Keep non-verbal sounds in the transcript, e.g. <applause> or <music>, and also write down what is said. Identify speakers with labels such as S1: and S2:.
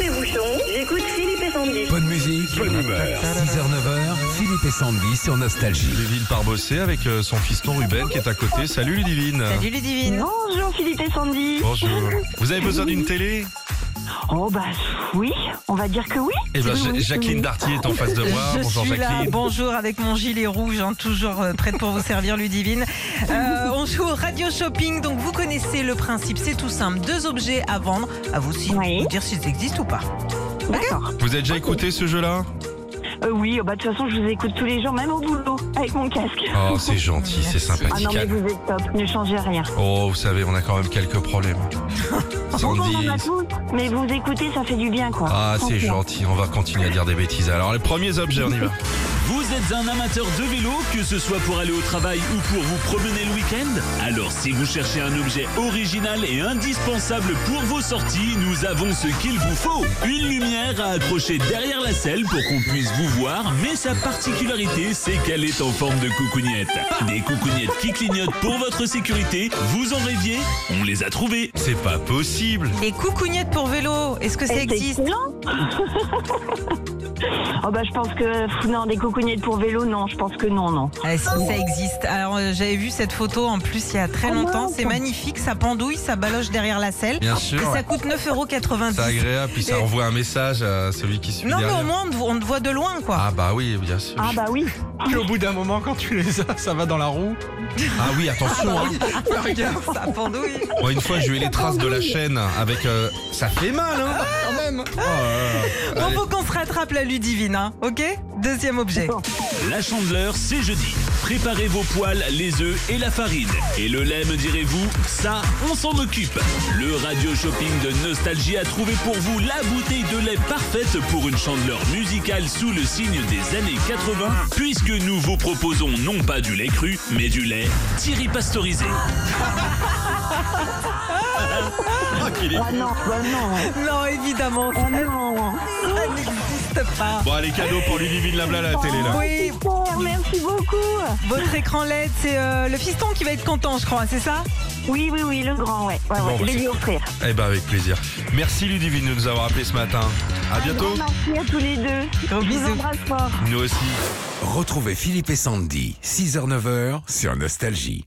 S1: les bouchons, j'écoute Philippe et Sandy.
S2: Bonne musique,
S3: Bonne humeur.
S2: 6h-9h, Philippe et Sandy sur Nostalgie.
S4: Ludivine Parbossé avec euh, son fiston Ruben qui est à côté. Salut Ludivine
S5: Salut les divines.
S1: Bonjour Philippe et Sandy.
S4: Bonjour. Vous avez besoin d'une télé
S1: Oh bah oui, on va dire que oui.
S4: Eh ben,
S1: Oui,
S4: Ja-
S1: oui,
S4: Jacqueline
S1: oui.
S4: Dartier est en face de moi.
S5: Je
S4: Bonjour
S5: suis là,
S4: Jacqueline.
S5: bonjour avec mon gilet rouge, hein, toujours euh, prête pour vous servir Ludivine. Euh, on joue au Radio Shopping, donc vous connaissez le principe, c'est tout simple, deux objets à vendre, à vous aussi,
S1: Oui.
S5: vous dire s'ils existent ou pas.
S1: D'accord.
S4: Vous avez déjà écouté ce jeu-là
S1: Euh, oui, oh, bah de toute façon, je vous écoute tous les jours, même au boulot, avec mon casque.
S4: Oh, c'est gentil, c'est
S1: Ah non,
S4: sympathique.
S1: mais vous êtes top, ne changez rien.
S4: Oh, vous savez, on a quand même quelques problèmes.
S1: Bonjour,
S4: Sandy.
S1: <laughs> on en a tous, mais vous écoutez, ça fait du bien, quoi.
S4: Ah, c'est
S1: Franchement.
S4: gentil, on va continuer à dire des bêtises. Alors, les premiers objets, on y va.
S3: Vous êtes un amateur de vélo, que ce soit pour aller au travail ou pour vous promener le week-end Alors si vous cherchez un objet original et indispensable pour vos sorties, nous avons ce qu'il vous faut. Une lumière à accrocher derrière la selle pour qu'on puisse vous voir, mais sa particularité c'est qu'elle est en forme de coucougnette. Des coucougnettes qui clignotent pour votre sécurité, vous en rêviez On les a trouvées
S4: C'est pas possible.
S5: Les coucougnettes pour vélo, est-ce que ça
S1: Eh, c'est
S5: existe
S1: excellent. oh bah je pense que pff, non des cocognettes pour vélo non je pense que non non.
S5: Ah, si, ça existe. Alors euh, j'avais vu cette photo en plus il y a très
S1: Oh,
S5: longtemps,
S1: mince.
S5: c'est magnifique, ça pendouille, ça baloche derrière la selle,
S4: Bien
S5: et
S4: sûr.
S5: ça coûte 9,90€.
S4: C'est agréable, puis ça
S5: Et-
S4: envoie un message à celui qui suit
S5: Non mais
S4: derrière.
S5: au moins on te- on te voit de loin quoi.
S4: Ah bah oui, bien sûr.
S1: Ah bah oui.
S6: Puis au bout d'un moment, quand tu les as, ça va dans la roue.
S4: Ah oui, attention. hein.
S6: Regarde,
S5: <laughs> Ça pendouille.
S4: Moi, une fois, j'ai eu les traces de la chaîne avec. euh, Ça fait mal, hein
S6: quand même.
S4: Oh là là.
S5: Bon,
S4: Allez.
S5: faut qu'on se rattrape la Ludivine, hein, ok Deuxième objet.
S3: La chandeleur, c'est jeudi. Préparez vos poils, les œufs et la farine. Et le lait, me direz-vous, ça, on s'en occupe. Le radio shopping de Nostalgie a trouvé pour vous la bouteille de lait parfaite pour une chandeleur musicale sous le signe des années 80, puisque nous vous proposons non pas du lait cru, mais du lait Thierry pasteurisé.
S4: Ah, qu'il est-
S1: Ah non bah non.
S5: Non, évidemment,
S1: Ah non.
S5: ça n'existe pas.
S4: Bon, les cadeaux pour Ludivine Labla à la télé, là.
S5: Oui,
S1: Super, Oh, merci beaucoup.
S5: votre écran LED, c'est euh, le fiston qui va être content, je crois, c'est ça
S1: Oui oui oui le grand ouais ouais, ouais
S4: Bon, bah,
S1: je vais lui offrir.
S4: Eh ben, avec plaisir. Merci Ludivine de nous avoir appelé ce matin. À bientôt.
S1: Un grand merci à tous les deux.
S5: Gros
S1: je
S5: bisous.
S1: vous embrasse fort.
S4: Nous aussi.
S2: Retrouvez Philippe et Sandy, 6h-9h sur Nostalgie.